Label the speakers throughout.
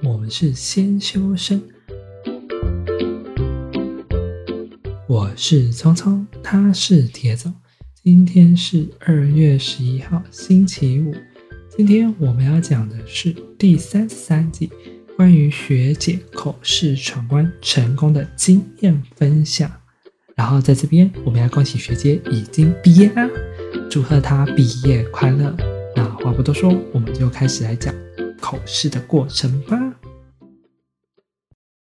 Speaker 1: 们是先修身。我是聪聪，他是铁总。今天是二月十一号，星期五。今天我们要讲的是第三十三集关于学姐口试闯关成功的经验分享。然后在这边，我们要恭喜学姐已经毕业啦，祝贺她毕业快乐。那话不多说，我们就开始来讲口试的过程吧。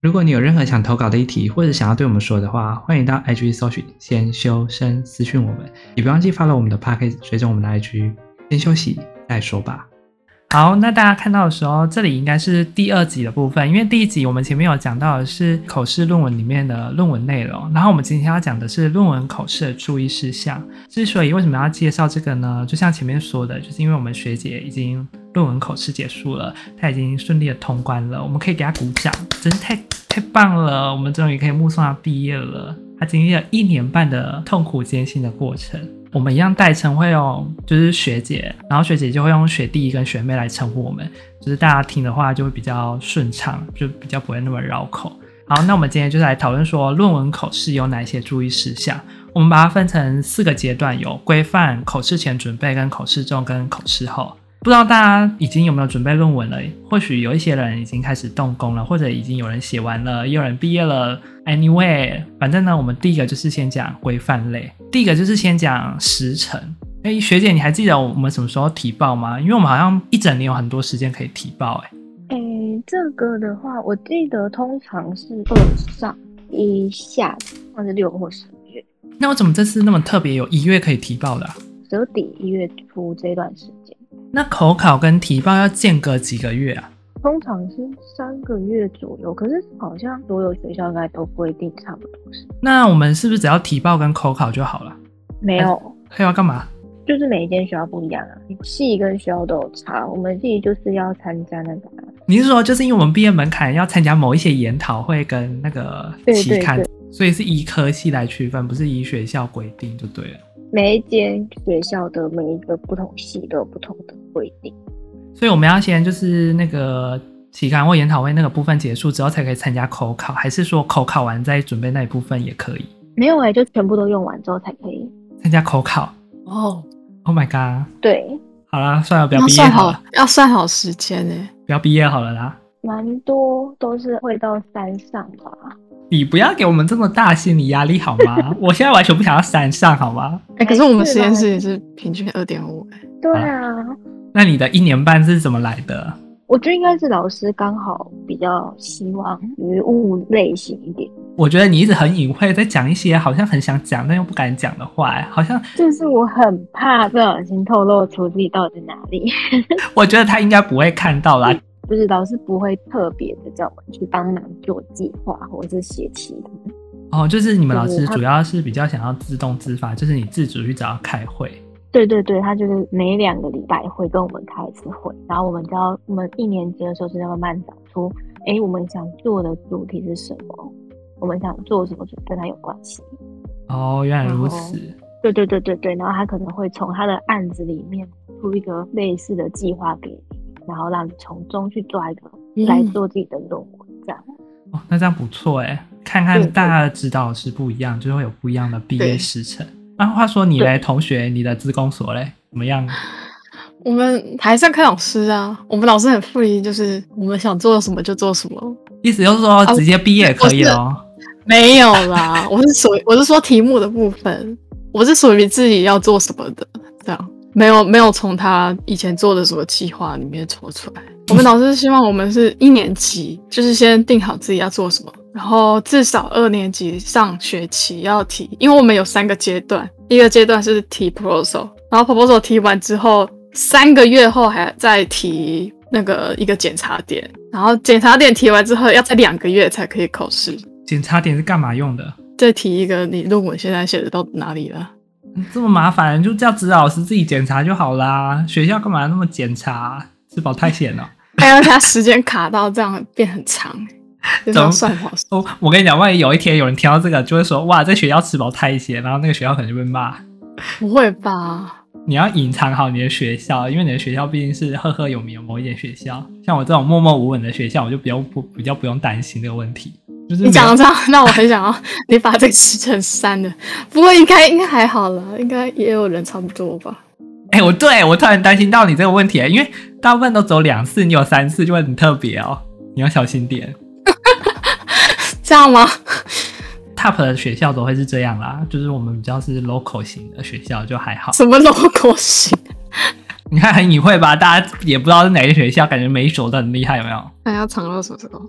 Speaker 1: 如果你有任何想投稿的议题，或者想要对我们说的话，欢迎到 IG 搜寻“先修身”私讯我们，也不忘记发了我们的 p a c k a g e 追踪我们的 IG。先休息再说吧。好，那大家看到的时候，这里应该是第二集的部分，因为第一集我们前面有讲到的是口试论文里面的论文内容，然后我们今天要讲的是论文口试的注意事项。之所以为什么要介绍这个呢？就像前面说的，就是因为我们学姐已经论文口试结束了，她已经顺利的通关了，我们可以给她鼓掌，真是太太棒了！我们终于可以目送她毕业了，她经历了一年半的痛苦艰辛的过程。我们一样代称会用就是学姐，然后学姐就会用学弟跟学妹来称呼我们，就是大家听的话就会比较顺畅，就比较不会那么绕口。好，那我们今天就是来讨论说论文口试有哪些注意事项。我们把它分成四个阶段，有规范、口试前准备、跟口试中、跟口试后。不知道大家已经有没有准备论文了？或许有一些人已经开始动工了，或者已经有人写完了，也有人毕业了。Anyway，反正呢，我们第一个就是先讲规范类，第一个就是先讲时程。哎，学姐，你还记得我们什么时候提报吗？因为我们好像一整年有很多时间可以提报、哎，
Speaker 2: 诶，这个的话，我记得通常是二上一下，或者六或十月，
Speaker 1: 那我怎么这次那么特别有一月可以提报的啊、
Speaker 2: 只有底一月初这段时间，
Speaker 1: 那口考跟提报要间隔几个月啊？
Speaker 2: 通常是三个月左右。可是好像所有学校应该都规定差不多是，
Speaker 1: 那我们是不是只要提报跟口考就好了？
Speaker 2: 没有，
Speaker 1: 还要干嘛？
Speaker 2: 就是每一间学校不一样啊，系跟学校都有差。我们系就是要参加那个啊，
Speaker 1: 你是说，就是因为我们毕业门槛要参加某一些研讨会跟那个
Speaker 2: 对
Speaker 1: 期
Speaker 2: 对
Speaker 1: 刊，
Speaker 2: 对
Speaker 1: 所以是以科系来区分，不是以学校规定就对了。
Speaker 2: 每一间学校的每一个不同系都有不同的规定。
Speaker 1: 所以我们要先就是那个期刊或研讨会那个部分结束之后，才可以参加口考，还是说口考完再准备那一部分也可以
Speaker 2: 没有诶，就全部都用完之后才可以。
Speaker 1: 参加口考
Speaker 3: 哦，
Speaker 1: ？Oh my god！
Speaker 2: 对，
Speaker 1: 好啦，算了，不要
Speaker 3: 要
Speaker 1: 毕业
Speaker 3: 算
Speaker 1: 好
Speaker 3: 好
Speaker 1: 了，，
Speaker 3: 要算好时间欸呢、
Speaker 1: 不要毕业好了啦。
Speaker 2: 蛮多都是会到三上吧。
Speaker 1: 你不要给我们这么大心理压力好吗？我现在完全不想要三上好吗？
Speaker 3: 哎、可是我们
Speaker 2: 没事
Speaker 3: 实
Speaker 2: 啦
Speaker 3: 验室也是平均二点五，欸
Speaker 2: 对啊，
Speaker 1: 那你的一年半是怎么来的？
Speaker 2: 我觉得应该是老师刚好比较希望于物类型一点，
Speaker 1: 我觉得你一直很隐晦，在讲一些好像很想讲但又不敢讲的话，哎好像
Speaker 2: 就是我很怕不小心透露出自己到底在哪里，
Speaker 1: 我觉得他应该不会看到啦。
Speaker 2: 就是老师不会特别的叫我们去帮忙做计划或者是写题。
Speaker 1: 哦，就是你们老师
Speaker 2: 对他
Speaker 1: 主要是比较想要自动自发，就是你自主去找他开会。
Speaker 2: 对对对，他就是每两个礼拜会跟我们开一次会，然后我们就要我们一年级的时候是要慢慢找出，哎，我们想做的主题是什么，我们想做什么就跟他有关系。
Speaker 1: 哦，原来如此。
Speaker 2: 对对对对对，然后他可能会从他的案子里面出一个类似的计划给你，然后让你从中去抓一个
Speaker 3: 嗯
Speaker 2: 来做自己的论文，这样。
Speaker 1: 哦，那这样不错哎，看
Speaker 2: 对
Speaker 1: 看
Speaker 2: 对
Speaker 1: 大家的指导老师不一样，就会有不一样的毕业
Speaker 3: 对
Speaker 1: 时程。那话说你
Speaker 2: 对
Speaker 1: 嘞，同学，你的自工所嘞怎么样？
Speaker 3: 我们还是要看老师啊。我们老师很富裕，就是我们想做什么就做什么，
Speaker 1: 意思就是说
Speaker 3: 啊
Speaker 1: 直接毕业也可以
Speaker 3: 我是
Speaker 1: 咯。
Speaker 3: 没有啦。 我是属于，我是说题目的部分，我是属于自己要做什么的，这样没有没有从他以前做的什么计划里面抽出来。我们老师希望我们是一年级，就是先定好自己要做什么，然后至少二年级上学期要提，因为我们有三个阶段，一个阶段是提 proposal，然后 proposal 提完之后，三个月后还再提那个一个检查点，然后检查点提完之后要在两个月才可以口试，
Speaker 1: 检查点是干嘛用的？
Speaker 3: 再提一个你论文现在写的到哪里 了。
Speaker 1: 嗯这么麻烦，就叫指导老师自己检查就好啦。学校干嘛那么检查？吃饱太闲哦了。
Speaker 3: 还有他时间卡到这样变很长，就是
Speaker 1: 怎
Speaker 3: 要
Speaker 1: 么
Speaker 3: 算好时
Speaker 1: 哦，我跟你讲，万一有一天有人啊听到这个，就会说哇，在学校吃饱太闲，然后那个学校可能就被骂。
Speaker 3: 不会吧？
Speaker 1: 你要隐藏好你的学校，因为你的学校毕竟是赫赫有名的某一间学校。像我这种默默无闻的学校，我就比较不比较不用担心这个问题。就是没有
Speaker 3: 你讲到这样，那我很想要你把这个十乘三的，不过应该应该还好啦，应该也有人差不多吧。
Speaker 1: 哎、我对我突然担心到你这个问题，因为大部分都走两次，你有三次就会很特别哦，你要小心点。
Speaker 3: 这样吗？
Speaker 1: Top 的学校都会是这样啦，就是我们比较是 local 型的学校就还好。
Speaker 3: 什么 logo 型？
Speaker 1: 你看很隐晦吧，大家也不知道是哪个学校，感觉每一所都很厉害，有没有？
Speaker 3: 那要藏到什么时候？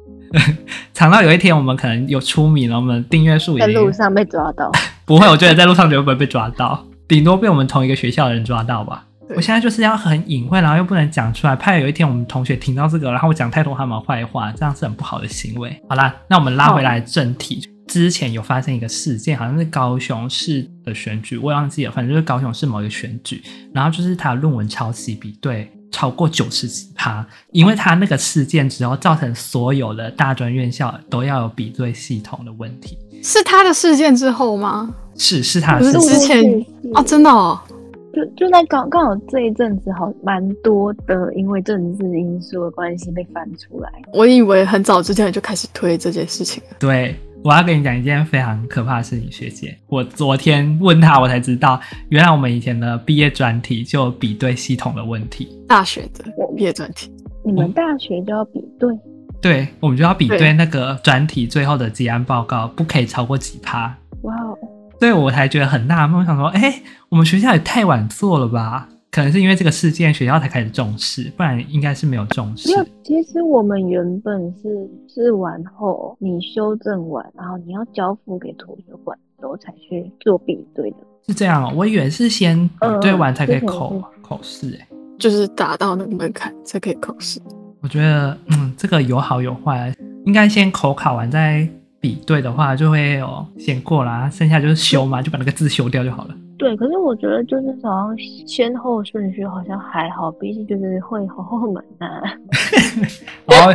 Speaker 1: 长到有一天我们可能有出名了，我们订阅数
Speaker 2: 在
Speaker 1: 已
Speaker 2: 路
Speaker 1: 经
Speaker 2: 上被抓到，
Speaker 1: 不会，我觉得在路上绝对不会被抓到，顶多被我们同一个学校的人抓到吧。
Speaker 3: 对
Speaker 1: 我现在就是要很隐晦，然后又不能讲出来，怕有一天我们同学听到这个，然后我讲太多他们坏话，这样是很不好的行为。好啦，那我们拉回来正题。之前有发生一个事件，好像是高雄市的选举，我也忘记了，反正就是高雄市某一个选举，然后就是他的论文抄袭比对超过九十几趴，因为他那个事件之后，造成所有的大专院校都要有比对系统的问题，
Speaker 3: 是他的事件之后吗？
Speaker 1: 是是他的
Speaker 3: 可
Speaker 1: 事情。
Speaker 3: 是之前啊，真的哦，
Speaker 2: 就就在刚刚好这一阵子，好蛮多的，因为政治因素的关系被翻出来。
Speaker 3: 我以为很早之前就开始推这件事情了。
Speaker 1: 对，我要跟你讲一件非常可怕的事情，学姐。我昨天问她，我才知道，原来我们以前的毕业专题就有比对系统的问题。
Speaker 3: 大学的
Speaker 2: 我
Speaker 3: 毕业专题，
Speaker 1: 嗯
Speaker 2: 你们大学就要比对，
Speaker 1: 对，我们就要比对
Speaker 3: 对
Speaker 1: 那个专题最后的结案报告，不可以超过几趴。
Speaker 2: 哇哦，
Speaker 1: 所以我才觉得很纳闷，我想说，哎，我们学校也太晚做了吧？可能是因为这个事件，学校才开始重视，不然应该是没有重视
Speaker 2: 没。有，其实我们原本是试完后，你修正完，然后你要交付给图书馆，然后才去做比对的。
Speaker 1: 是这样哦，我以为是先比对完才可以
Speaker 2: 呃
Speaker 1: 口、口试、诶。
Speaker 3: 就是达到那个门槛才可以考试。
Speaker 1: 我觉得，嗯，这个有好有坏，啊应该先口考完再比对的话，就会有先过啦，剩下就是修嘛，就把那个字修掉就好了。
Speaker 2: 对，可是我觉得就是好像先后顺序好像还好，毕竟就是会后后门啊。
Speaker 1: 哦，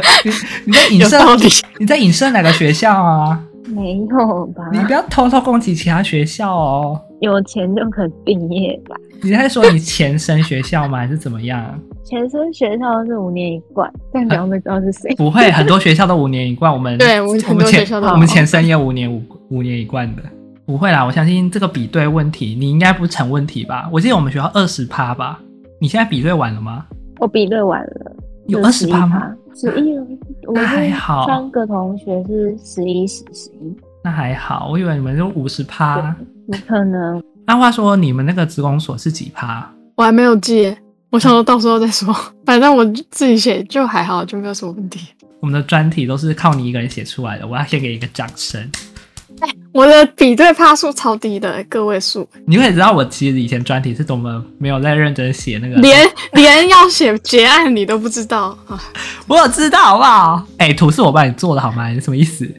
Speaker 1: 你你在影
Speaker 3: 有
Speaker 1: 射
Speaker 3: 道理，
Speaker 1: 你在影射哪个学校啊？
Speaker 2: 没有吧？
Speaker 1: 你不
Speaker 3: 啊
Speaker 1: 要偷偷攻击其他学校哦。
Speaker 2: 有钱就肯毕业吧。
Speaker 1: 你在说你前身学校吗？还是怎么样？
Speaker 2: 前身学校是五年一贯，但你要会知道是
Speaker 1: ？
Speaker 2: 谁
Speaker 1: 不会，很多学校都五年一贯。我们
Speaker 3: 对我们
Speaker 1: 我
Speaker 3: 很
Speaker 1: 们
Speaker 3: 多
Speaker 1: 前
Speaker 3: 学校都
Speaker 1: 我们前身也五年五五年一贯的。不会啦，我相信这个比对问题你应该不成问题吧？我记得我们学校二十趴吧？你现在比对完了吗？
Speaker 2: 我比对完了，
Speaker 1: 有
Speaker 2: 是
Speaker 1: 20%
Speaker 2: 11%
Speaker 1: 吗？
Speaker 2: 十一，哦我
Speaker 1: 那
Speaker 2: 们
Speaker 1: 还好
Speaker 2: 三个同学是十一十十一，
Speaker 1: 那还好，我以为你们就五十趴。
Speaker 2: 不可能。
Speaker 1: 那话说，你们那个职工所是几趴？
Speaker 3: 我还没有记耶，我想说到时候再说。 反正我自己写就还好，就没有什么问题。
Speaker 1: 我们的专题都是靠你一个人写出来的，我要先给你一个掌声。
Speaker 3: 我的比对趴数超低的，个位数，
Speaker 1: 你可以知道我其实以前专题是多么没有在认真写那个，
Speaker 3: 连连要写结案你都不知道啊！
Speaker 1: 我有知道好不好？ 哎、图是我帮你做的好吗？你什么意思？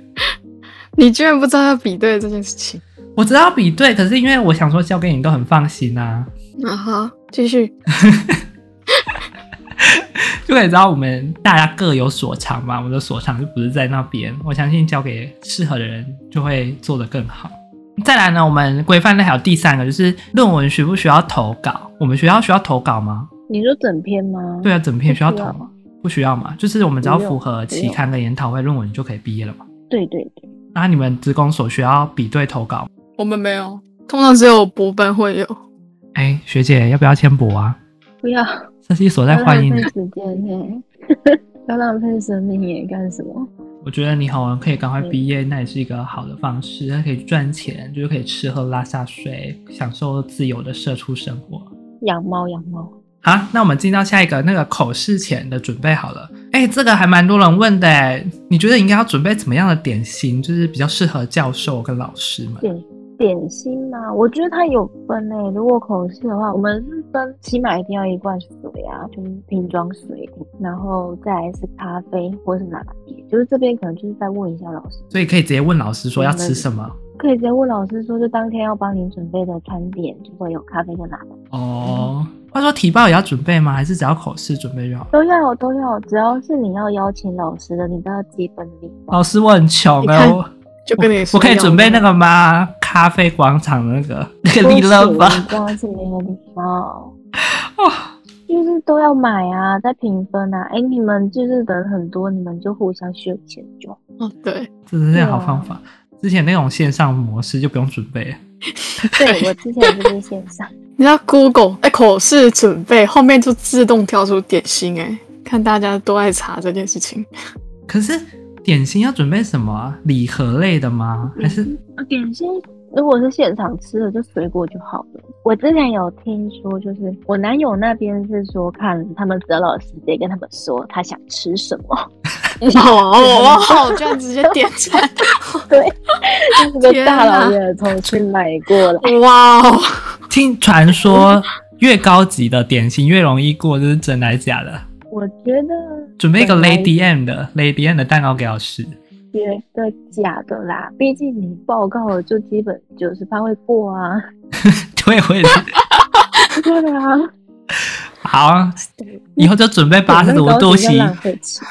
Speaker 3: 你居然不知道要比对这件事情
Speaker 1: 我知道比对，可是因为我想说交给你都很放心啊，
Speaker 3: 啊！哈，继续，
Speaker 1: 就可以知道我们大家各有所长嘛。我们的所长就不是在那边，我相信交给适合的人就会做得更好。再来呢，我们规范类还有第三个就是论文需不需要投稿？我们学校需要投稿吗？
Speaker 2: 你说整篇吗？
Speaker 1: 对啊，整篇需要投
Speaker 2: 不需
Speaker 1: 吗？不需要嘛，就是我们只要
Speaker 2: 不用
Speaker 1: 符合期刊跟研讨会论文就可以毕业了嘛。
Speaker 2: 对对对，
Speaker 1: 那你们职工所需要比对投稿吗？
Speaker 3: 我们没有，通常只有博班会有。
Speaker 1: 哎，学姐要不要签博啊？
Speaker 2: 不要
Speaker 1: 设计所
Speaker 2: 不
Speaker 1: 在
Speaker 2: 要
Speaker 1: 欢
Speaker 2: 浪
Speaker 1: 迎
Speaker 2: 费
Speaker 1: 你。
Speaker 2: 时间呢， 不要浪费生命耶，干什么？
Speaker 1: 我觉得你好像可以赶
Speaker 3: 嗯
Speaker 1: 快毕业，那也是一个好的方式，它可以赚钱，就是可以吃喝拉撒睡，享受自由的社畜生活。
Speaker 2: 养猫养猫，
Speaker 1: 好，那我们进到下一个那个口试前的准备好了。哎，这个还蛮多人问的哎，你觉得应该要准备怎么样的点心，就是比较适合教授跟老师们？
Speaker 2: 点点心吗？我觉得它有分诶、如果口试的话，我们是分起码一定要一罐水啊，就是瓶装水，然后再来是咖啡或是拿铁，就是这边可能就是再问一下老师，
Speaker 1: 所以可以直接问老师说要吃什么
Speaker 2: 可以直接问老师说，就当天要帮您准备的餐点就会有咖啡跟拿铁，
Speaker 3: 嗯
Speaker 1: 哦。话说体报也要准备吗？还是只要口试准备就好？
Speaker 2: 都要有都要有，只要是你要邀请老师的，你都要基本礼貌。
Speaker 1: 老师，我很穷
Speaker 3: 你
Speaker 1: 哎，
Speaker 3: 看
Speaker 1: 我
Speaker 3: 就跟你
Speaker 1: 我
Speaker 3: 说
Speaker 1: 可以
Speaker 3: 一样
Speaker 1: 准备那个吗？咖啡广场的那个。个利乐
Speaker 3: 啊
Speaker 1: 吧？
Speaker 2: 不行这样是没有礼貌。就是都要买啊，再平分啊。哎，你们就是人很多，你们就互相削钱就好。
Speaker 3: 哦，对，
Speaker 1: 这是好方法。
Speaker 3: 啊
Speaker 1: 之前那种线上模式就不用准备，
Speaker 2: 对我之前就是线上，
Speaker 3: 你要 Google 哎、口试准备，后面就自动跳出点心哎、看大家都爱查这件事情。
Speaker 1: 可是点心要准备什么啊？礼盒类的吗？
Speaker 3: 嗯
Speaker 1: 还是
Speaker 2: 点心如果是现场吃的，就水果就好了。我之前有听说，就是我男友那边是说，看他们指导老师直接跟他们说他想吃什么，
Speaker 3: 哦，我居然直接点餐，
Speaker 2: 对， 就是个
Speaker 3: 天
Speaker 2: 大老
Speaker 3: 哪
Speaker 2: 远从去买过来。
Speaker 3: 哇哦！
Speaker 1: 听传说越高级的点心越容易过，这是真的还是假的？
Speaker 2: 我觉得
Speaker 1: 准备一个
Speaker 2: 本来
Speaker 1: Lady M 的 Lady M 的蛋糕给我 吃，
Speaker 2: 觉得假的啦，毕竟你报告了就基本九十趴会过啊。
Speaker 1: 对，我也是。
Speaker 2: 对啊，
Speaker 1: 好，以后就准备八十五度
Speaker 2: 高级就
Speaker 1: 席，
Speaker 2: 浪费钱。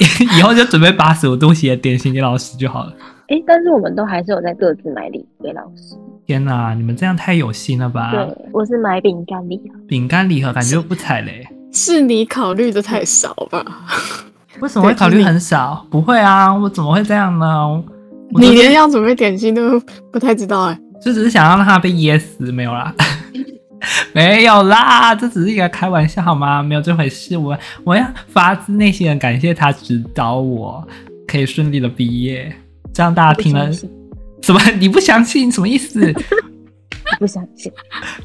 Speaker 1: 以后就准备八十五度席的点心给老师就好了。
Speaker 2: 哎，但是我们都还是有在各自买礼物给老师。
Speaker 1: 天哪，你们这样太有心了吧？
Speaker 2: 对，我是买饼干礼盒，
Speaker 1: 饼干礼盒感觉又不踩雷，
Speaker 3: 是你考虑的太少吧？
Speaker 1: 为什么会考虑很少？不会啊，我怎么会这样呢？我就
Speaker 3: 你
Speaker 1: 是
Speaker 3: 连要准备点心都不太知道哎、
Speaker 1: 就只是想要让他被噎死，没有啦， 没有啦，这只是一个开玩笑好吗？没有这回事，我我要发自内心的感谢他指导我，可以顺利的毕业，这样大家听
Speaker 2: 我
Speaker 1: 了
Speaker 2: 不相信
Speaker 1: 什么？ 你不相信什么意思？
Speaker 2: 我不相信。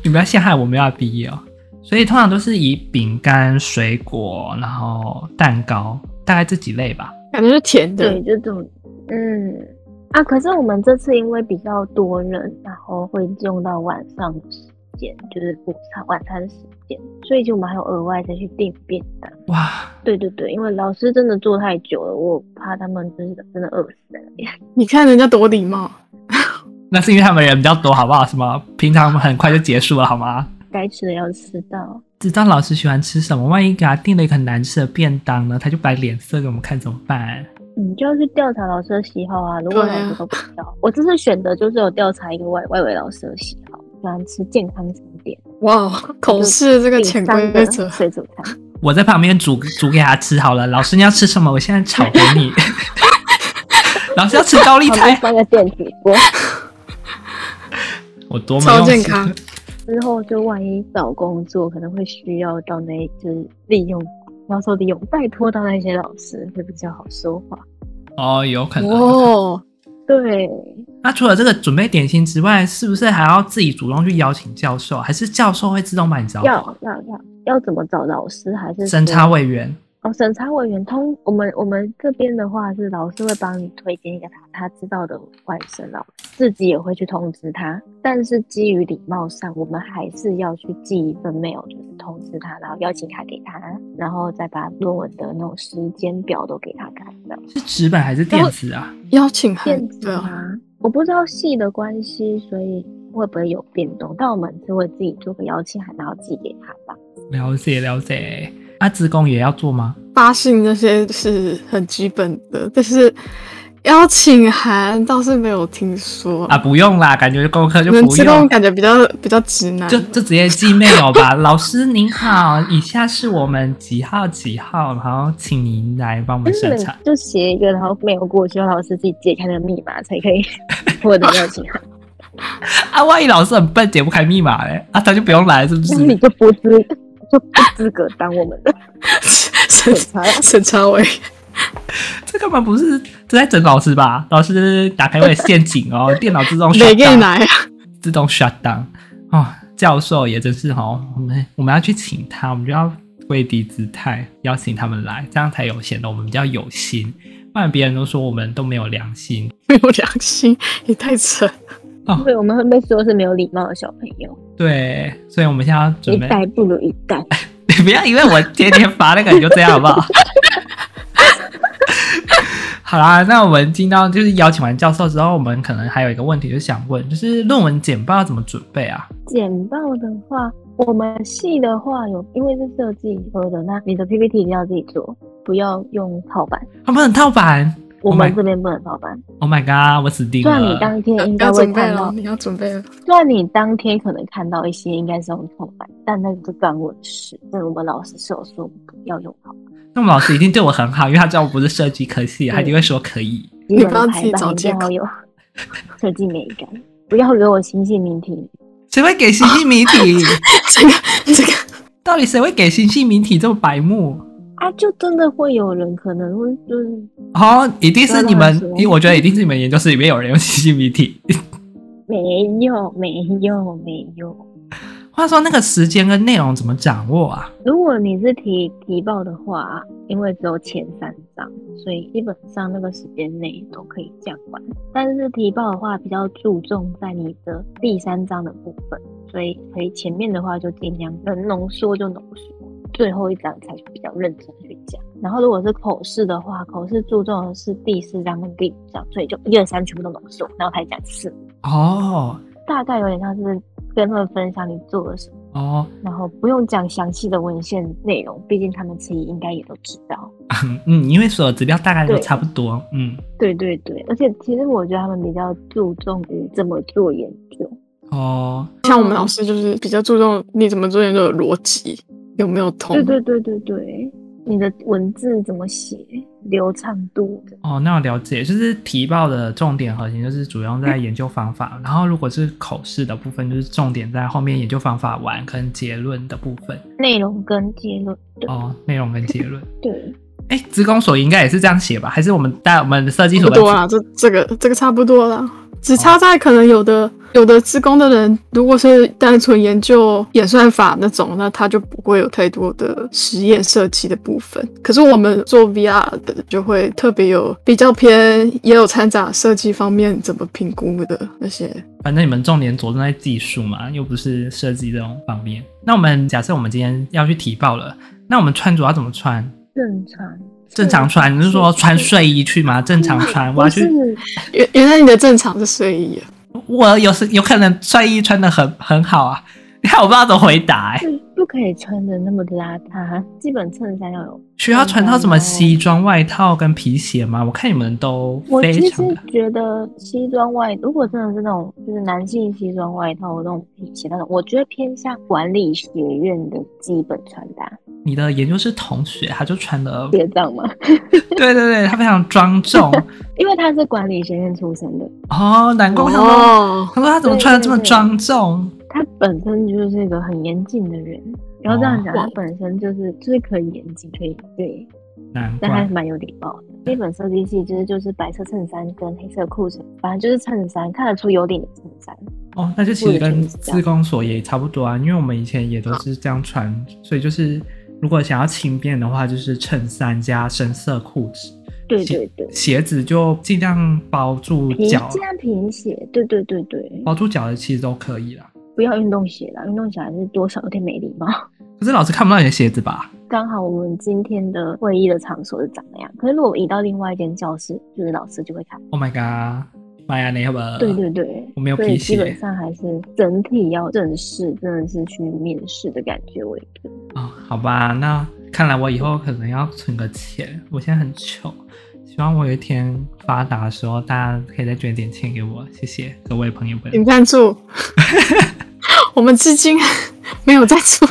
Speaker 1: 你不要陷害我们要毕业哦。所以通常都是以饼干、水果，然后蛋糕，大概这几类吧。
Speaker 3: 感觉是甜的
Speaker 2: 对，，就这种，嗯啊，可是我们这次因为比较多人，然后会用到晚上的时间，就是午餐晚餐的时间，所以就我们还有额外再去订便当。
Speaker 1: 哇，
Speaker 2: 对对对，因为老师真的做太久了，我怕他们真的真的饿死在那边。
Speaker 3: 你看人家多礼貌，
Speaker 1: 那是因为他们人比较多，好不好？什么平常很快就结束了，好吗？
Speaker 2: 该吃的要吃到，
Speaker 1: 知道老师喜欢吃什么，万一给他订了一个很难吃的便当呢，他就摆脸色给我们看，怎么办？
Speaker 2: 你嗯就要去调查老师的喜好啊。如果
Speaker 3: 对
Speaker 2: 老
Speaker 3: 啊
Speaker 2: 师都不知道，我这次选的就是有调查一个外外围老师的喜好，喜欢吃健康餐点，
Speaker 3: 哇哦！口试这个
Speaker 2: 订
Speaker 3: 潜
Speaker 2: 三
Speaker 3: 规则
Speaker 2: 个，水煮 餐。
Speaker 1: 我在旁边煮煮给他吃好了。老师你要吃什么？我现在炒给 你。老师要吃高丽
Speaker 2: 旁边
Speaker 1: 菜，
Speaker 2: 三个电子锅，
Speaker 1: 我多么
Speaker 3: 超
Speaker 1: 用
Speaker 3: 健
Speaker 1: 心
Speaker 3: 康。
Speaker 2: 之后就万一找工作可能会需要到那，就是利用销售利用，拜托到那些老师会比较好说话。
Speaker 1: 哦，有可能。
Speaker 3: 哦，
Speaker 2: 对，
Speaker 1: 那除了这个准备点心之外，是不是还要自己主动去邀请教授？啊还是教授会自动把你找
Speaker 2: 要
Speaker 1: 好？
Speaker 2: 要要要怎么找老师还是
Speaker 1: 审
Speaker 2: 说
Speaker 1: 查委员
Speaker 2: 哦，审查委员通我们我们这边的话是老师会帮你推荐一个他他知道的外省老师，自己也会去通知他。但是基于礼貌上，我们还是要去寄一份 mail，就是通知他，然后邀请卡给他，然后再把论文的那种时间表都给他看的。
Speaker 1: 是纸本还是电子啊？
Speaker 3: 邀请函
Speaker 2: 电子
Speaker 3: 对啊，
Speaker 2: 啊，我不知道系的关系，所以会不会有变动？但我们是会自己做个邀请函，然后寄给他吧。
Speaker 1: 了解了解。啊，职工也要做吗？
Speaker 3: 发信那些是很基本的，但是邀请函倒是没有听说
Speaker 1: 啊，。不用啦，感觉功课就
Speaker 3: 你们
Speaker 1: 不
Speaker 3: 职工
Speaker 1: 用，
Speaker 3: 感觉比较比较直男，
Speaker 1: 就就直接寄 mail 吧。 老师您好，以下是我们几号几号，然后请您来帮我们
Speaker 2: 就是
Speaker 1: 审
Speaker 2: 你
Speaker 1: 查。
Speaker 2: 就写一个，然后没有过去，让老师自己解开那个密码才可以 获得邀请函。
Speaker 1: 啊，万一老师很笨，解不开密码嘞，啊，他就不用来， 是不
Speaker 2: 那你
Speaker 3: 嗯
Speaker 1: 是？
Speaker 2: 就不资就不资格当我们的
Speaker 3: 审
Speaker 2: 审 查。
Speaker 3: 审查委
Speaker 1: 这根本不是这在整老师吧？老师打开我的陷阱 哦，电脑自动
Speaker 3: 没
Speaker 1: shut
Speaker 3: 给你
Speaker 1: down
Speaker 3: 来啊，
Speaker 1: 自动 shut down。哦，教授也真是哦，我们我们要去请他，我们就要跪低姿态邀请他们来，这样才有显得我们比较有心，不然别人都说我们都没有良心。
Speaker 3: 没有良心，也太扯。
Speaker 2: 对，我们会被说是没有礼貌的小朋友，
Speaker 1: 对，所以我们现在要
Speaker 2: 一
Speaker 1: 准备，
Speaker 2: 代不如一代。
Speaker 1: 你 不要因为我天天发那个你就这样好不好？ 好啦，那我们进到就是邀请完教授之后，我们可能还有一个问题就想问，就是论文简报要怎么准备啊？
Speaker 2: 简报的话，我们系的话有，因为是设计科的，那你的 PPT 一定要自己做，不要用套版。
Speaker 1: 他们很套版，
Speaker 2: 我
Speaker 1: Oh my-
Speaker 2: 们这边不能照搬。
Speaker 1: Oh my god，我死定
Speaker 2: 虽然你
Speaker 1: 了！
Speaker 2: 当天应该
Speaker 3: 要
Speaker 2: 会
Speaker 3: 准备哦
Speaker 2: 看
Speaker 3: 了
Speaker 2: 到，，
Speaker 3: 你要准备了。
Speaker 2: 虽然你当天可能看到一些应该是用空白，但那个是断问式，这个我们老师是有说不要用好，
Speaker 1: 那我们老师一定对我很好，因为他知道我不是设计科系，
Speaker 2: 嗯
Speaker 1: 他一定会说可以。
Speaker 2: 基本
Speaker 3: 不要
Speaker 2: 的
Speaker 3: 自己
Speaker 2: 排
Speaker 3: 找
Speaker 2: 版一
Speaker 3: 借
Speaker 2: 定
Speaker 3: 口
Speaker 2: 要有设计美感，不要给我星星名题。
Speaker 1: 谁会给星星谜 题？
Speaker 3: 这个这个，
Speaker 1: 到底谁会给星星谜题这么白目？
Speaker 2: 啊，就真的会有人可能会就是
Speaker 1: 哦，一定是你们
Speaker 2: 不要乱，说
Speaker 1: 因为我觉得一定是你们研究室里面有人用星星谜题。
Speaker 2: 没有没有没有。
Speaker 1: 话说那个时间跟内容怎么掌握啊？
Speaker 2: 如果你是提提报的话，因为只有前三章，所以基本上那个时间内都可以讲完。但是提报的话比较注重在你的第三章的部分，所以所以前面的话就尽量能浓缩就浓缩，最后一章才比较认真去讲。然后如果是口试的话，口试注重的是第四章跟第五章，所以就一二三全部都浓缩，然后才讲四，
Speaker 1: 哦
Speaker 2: 大概有点像是跟他们分享你做了什么。
Speaker 1: 哦，
Speaker 2: 然后不用讲详细的文献内容，毕竟他们自己应该也都知道。
Speaker 1: 嗯，因为所有资料大概都
Speaker 2: 对
Speaker 1: 差不多，嗯，
Speaker 2: 对对对，而且其实我觉得他们比较注重于怎么做研究，
Speaker 1: 哦，
Speaker 3: 像我们老师就是比较注重你怎么做研究的逻辑有没有通。
Speaker 2: 对对对对对，你的文字怎么写，流畅度的
Speaker 1: 哦，那我了解，就是提报的重点核心就是主要在研究方法，然后如果是口试的部分，就是重点在后面研究方法完跟结论的部分
Speaker 2: 内容跟结论，对、
Speaker 1: 哦，内容跟结论。
Speaker 2: 对，
Speaker 1: 哎，职工所应该也是这样写吧？还是我们大我们设计
Speaker 3: 差
Speaker 1: 所
Speaker 3: 不
Speaker 1: 的
Speaker 3: 多啊啦，这这个这个差不多啦，只差在可能有的有的自工的人，如果是单纯研究演算法那种，那他就不会有太多的实验设计的部分。可是我们做 VR 的就会特别有比较偏，也有掺杂设计方面怎么评估的那些。
Speaker 1: 反正你们重点着重在技术嘛，又不是设计这种方面。那我们假设我们今天要去提报了，那我们穿着要怎么穿？
Speaker 2: 正常
Speaker 1: 正常穿？你是说穿睡衣去吗？正常穿？我要
Speaker 2: 不
Speaker 1: 去
Speaker 2: 是，
Speaker 3: 原原来你的正常是睡衣、啊，
Speaker 1: 我有时有可能睡衣穿的很很好啊， 你看我不知道怎么回答、欸，
Speaker 2: 是不可以穿的那么邋遢，基本衬衫要有。
Speaker 1: 需要穿到什么西装外套跟皮鞋吗？我看你们都
Speaker 2: 我
Speaker 1: 非
Speaker 2: 其
Speaker 1: 常
Speaker 2: 实
Speaker 1: 的
Speaker 2: 觉得西装外，如果真的是那种就是男性西装外套那种皮鞋那种，我觉得偏向管理学院的基本穿搭，
Speaker 1: 你的研究室同学他就穿的，
Speaker 2: 结账嘛，
Speaker 1: 对对对，他非常庄重
Speaker 2: 因为他是管理学院出身的，
Speaker 1: 哦，难怪我想说，
Speaker 3: 哦，
Speaker 1: 他说他怎么穿的这么庄重？
Speaker 2: 他本身就是一个很严谨的人。不要这样讲，
Speaker 3: 哦
Speaker 2: 他本身就是就是可以严谨，可以对，
Speaker 1: 难
Speaker 2: 但还
Speaker 1: 怪
Speaker 2: 是蛮有礼貌的。基本设计系其实就是白色衬衫跟黑色裤子，反正就是衬衫，看得出有领的衬衫。
Speaker 1: 哦，那就其实跟自工所也差不多啊，因为我们以前也都是这样穿，所以就是如果想要轻便的话，就是衬衫加深色裤子，
Speaker 2: 对
Speaker 1: 鞋
Speaker 2: 对对，
Speaker 1: 鞋子就尽量包住
Speaker 2: 皮
Speaker 1: 脚，
Speaker 2: 加皮鞋，对对对对。
Speaker 1: 包住脚的其实都可以啦。
Speaker 2: 不要运动鞋啦，运动鞋还是多少有点没礼貌。
Speaker 1: 可是老师看不到你的鞋子吧？
Speaker 2: 刚好我们今天的会议的场所是长那样，可是如果移到另外一间教室，就是老师就会看。
Speaker 1: Oh my god，妈呀，你要不要？
Speaker 2: 对对对，
Speaker 1: 呃我没有
Speaker 2: 所
Speaker 1: 皮
Speaker 2: 以
Speaker 1: 鞋
Speaker 2: 基本上还是整体要正式，真的是去面试的感觉为主。
Speaker 1: 哦，好吧，那看来我以后可能要存个钱，我现在很穷，希望我有一天发达的时候，大家可以再捐点钱给我，谢谢各位朋友们。
Speaker 3: 请赞助， 我们至今 没有赞助。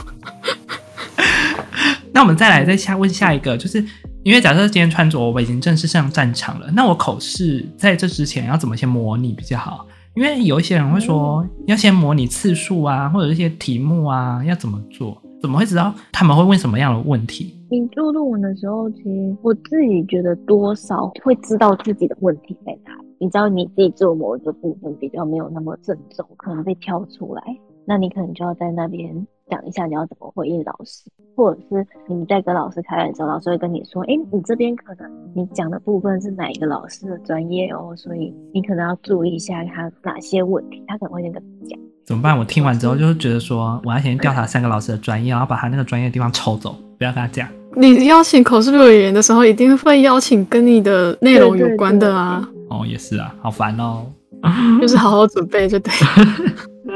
Speaker 1: 那我们再来再下问下一个，就是因为假设今天穿着我已经正式上战场了，那我口试在这之前要怎么先模拟比较好？因为有一些人会说要先模拟次数啊，或者一些题目啊，要怎么做？怎么会知道他们会问什么样的问题？
Speaker 2: 你做论文的时候，其实我自己觉得多少会知道自己的问题在哪里。你知道你自己做某一个部分比较没有那么正宗，可能被挑出来，那你可能就要在那边想一下你要怎么回应老师，或者是你们在跟老师开会的时候，老师会跟你说：“哎，你这边可能你讲的部分是哪一个老师的专业哦，所以你可能要注意一下他哪些问题，他可能会先跟你讲。”
Speaker 1: 怎么办？我听完之后就是觉得说，我要先调查三个老师的专业，然后把他那个专业的地方抽走，不要跟他讲。
Speaker 3: 你邀请口试录演员的时候，一定会邀请跟你的内容有关的啊，
Speaker 1: 哦，也是啊，好烦哦。
Speaker 3: 就是好好准备就对了。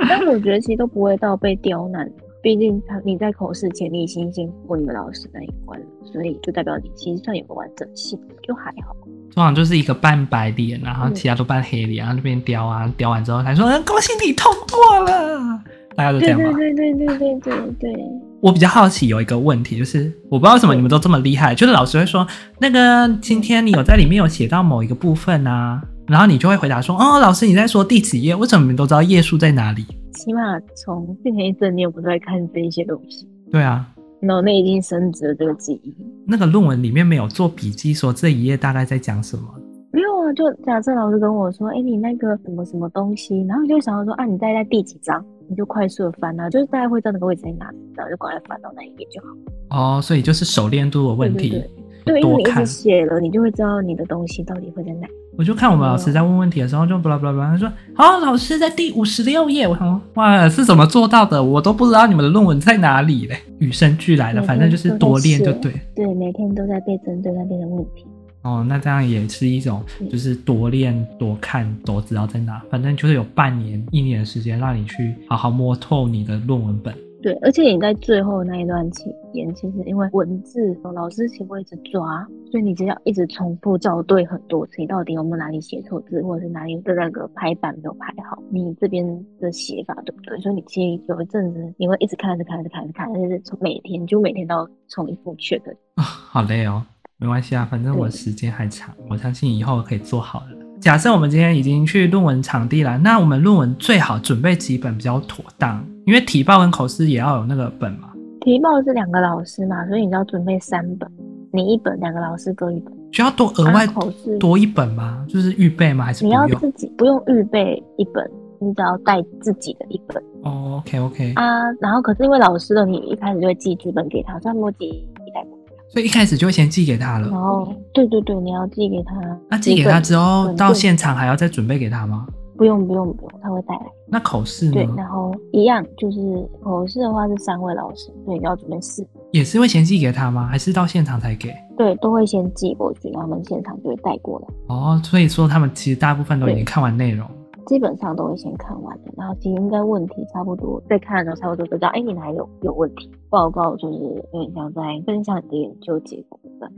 Speaker 2: 但我觉得其实都不会到被刁难，毕竟他你在口试前你已经先过你们老师那一关了，所以就代表你其实算有个完整性，就还好。
Speaker 1: 通常就是一个半白脸，然后其他都半黑脸，然后那边雕啊雕完之后，他说、嗯恭喜你通过了，大家都这
Speaker 2: 对
Speaker 1: 样
Speaker 2: 对
Speaker 1: 嘛。
Speaker 2: 对对对对对对，
Speaker 1: 我比较好奇有一个问题，就是我不知道为什么你们都这么厉害，就是老师会说那个今天你有在里面有写到某一个部分啊，然后你就会回答说哦，老师你在说第几页？为什么你们都知道页数在哪里？
Speaker 2: 起码从变成一整年，我都在看这一些东西，
Speaker 1: 对啊，
Speaker 2: 脑内已经升值了这个记忆。
Speaker 1: 那个论文里面没有做笔记，说这一页大概在讲什么。
Speaker 2: 没有啊，就假设老师跟我说，哎、你那个什么什么东西，然后你就想要说，啊，你大概在第几章，你就快速的翻啊，就是大概会知道那个位置在哪里，然后就赶快翻到那一页就好。
Speaker 1: 哦，所以就是熟练度的问题。
Speaker 2: 对对，因为
Speaker 1: 多
Speaker 2: 你一
Speaker 1: 看
Speaker 2: 直写了，你就会知道你的东西到底会在哪。
Speaker 1: 我就看我们老师在问问题的时候，就巴拉巴拉巴拉，他说：“好，老师在第五十六页。”我想说，哇，是怎么做到的？我都不知道你们的论文在哪里嘞。与生俱来的，
Speaker 2: 每天
Speaker 1: 反正就是多练就
Speaker 2: 都
Speaker 1: 嗯对。
Speaker 2: 对，每天都在被针对那边的问题。
Speaker 1: 哦，那这样也是一种，就是多练、多看、多知道在哪。反正就是有半年、一年的时间，让你去好好摸透你的论文本。
Speaker 2: 对，而且你在最后那一段期间，其实因为文字老师其实会一直抓，所以你只要一直重复校对很多次，到底有没有哪里写错字，或者是哪里的那个排版没有排好，你这边的写法对不对？所以你其实有一阵子你会一直看着看着看着看，就是从每天就每天都要重一复 check。
Speaker 1: 啊、好累哦，没关系啊，反正
Speaker 2: 嗯
Speaker 1: 我时间还长，我相信以后可以做好的。假设我们今天已经去论文场地了，那我们论文最好准备几本比较妥当，因为体报跟口试也要有那个本嘛。
Speaker 2: 题报是两个老师嘛，所以你要准备三本，你一本两个老师各一本。
Speaker 1: 需要多额外
Speaker 2: 啊口试
Speaker 1: 多一本吗？就是预备吗？还是
Speaker 2: 你
Speaker 1: 不
Speaker 2: 要
Speaker 1: 用
Speaker 2: 自己不用预备一本，你只要带自己的一本
Speaker 1: 哦？OK OK，、
Speaker 2: 啊。然后可是因为老师的，你一开始就会寄剧本给他，所以他没有寄一袋。
Speaker 1: 所以一开始就会先寄给他了。
Speaker 2: 然后对对对，你要寄给他。
Speaker 1: 那嗯啊寄给他之后，
Speaker 2: 本
Speaker 1: 到现场还要再准备给他吗？
Speaker 2: 不用不用不用，他会带来。
Speaker 1: 那口试
Speaker 2: 对，
Speaker 1: 呢
Speaker 2: 然？后一样就是口试的话是三位老师，所以你要准备四本。
Speaker 1: 也是会先寄给他吗？还是到现场才给？
Speaker 2: 对，都会先寄过去，然后他们现场就会带过来，
Speaker 1: 哦，所以说他们其实大部分都已经
Speaker 2: 对
Speaker 1: 看完内容。
Speaker 2: 基本上都会先看完的。然后其实应该问题差不多，在看的时候差不多就知道，哎，你哪里有有问题？报告就是有点像在分享你的研究结果这样。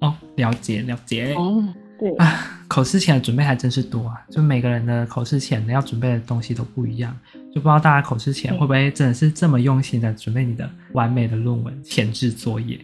Speaker 1: 哦，了解了解。
Speaker 3: 哦，
Speaker 2: 对，
Speaker 1: 啊，口试前的准备还真是多啊！就每个人的口试前要准备的东西都不一样，就不知道大家口试前
Speaker 2: 对
Speaker 1: 会不会真的是这么用心的准备你的完美的论文前置作业。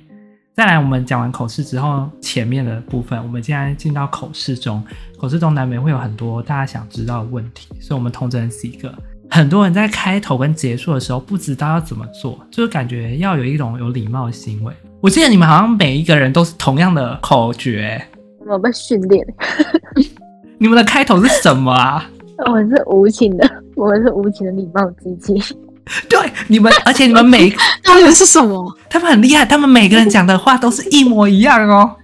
Speaker 1: 再来，我们讲完口试之后，前面的部分，我们现在进到口试中。口试中难免会有很多大家想知道的问题，所以我们统整几个。很多人在开头跟结束的时候不知道要怎么做，就是感觉要有一种有礼貌的行为。我记得你们好像每一个人都是同样的口诀、
Speaker 2: 我被训练，
Speaker 1: 你们的开头是什么啊？
Speaker 2: 我们是无情的， 我们是无情的礼貌机器。
Speaker 1: 对，你们，而且你们每
Speaker 3: 到底是什么？
Speaker 1: 他们很厉害，他们每个人讲的话都是一模一样哦。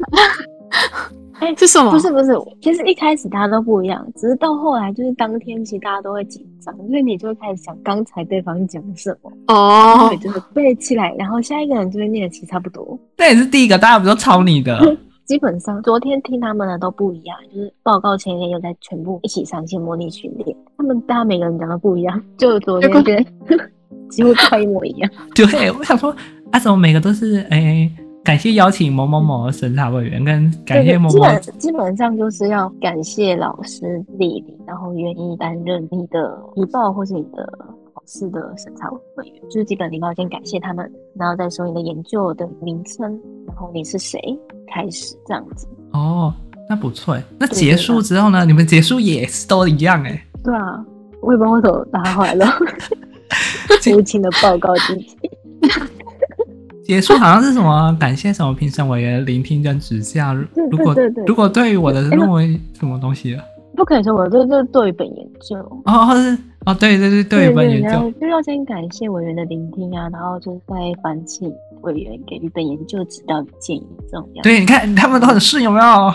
Speaker 3: 是什么？
Speaker 2: 不是不是，其实一开始大家都不一样，只是到后来就是当天，其实大家都会紧张，因为你就会开始想刚才对方讲什么，
Speaker 3: 哦
Speaker 2: 对，，就是背起来，然后下一个人就会念的其实差不多。
Speaker 1: 那也是第一个，大家不都抄你的？
Speaker 2: 基本上昨天听他们的都不一样，就是报告前一天又在全部一起上线模拟训练，他们大家每个人讲的不一样，就昨天跟 几乎快一模一样。
Speaker 1: 对，我想说，啊，怎么每个都是哎、感谢邀请某某某审查委员，跟感谢
Speaker 2: 对
Speaker 1: 某
Speaker 2: 基
Speaker 1: 某
Speaker 2: 本基本上就是要感谢老师莅临，然后愿意担任你的一报或是你的考试的审查委员，就是基本礼貌先感谢他们，然后再说你的研究的名称，然后你是谁开始这样子。
Speaker 1: 哦，那不错哎。那
Speaker 2: 对
Speaker 1: 结束之后呢？你们结束也是都一样哎。
Speaker 2: 对啊，我也不知道为什么打坏了
Speaker 1: 这
Speaker 2: 无情的报告自己。
Speaker 1: 结束好像是什么感谢什么评审委员聆听跟指教。
Speaker 2: 对
Speaker 1: 如果
Speaker 2: 对对对
Speaker 1: 如果对于我的
Speaker 2: 哎那
Speaker 1: 论文什么东西啊？
Speaker 2: 不可能说我这这对本研究。
Speaker 1: 哦，是哦，对对对，对本研
Speaker 2: 然后
Speaker 1: 究，
Speaker 2: 就要先感谢委员的聆听啊，然后就是再反请委员给予本研究指导与建议这种样子。
Speaker 1: 对，你看他们都很顺，有没有？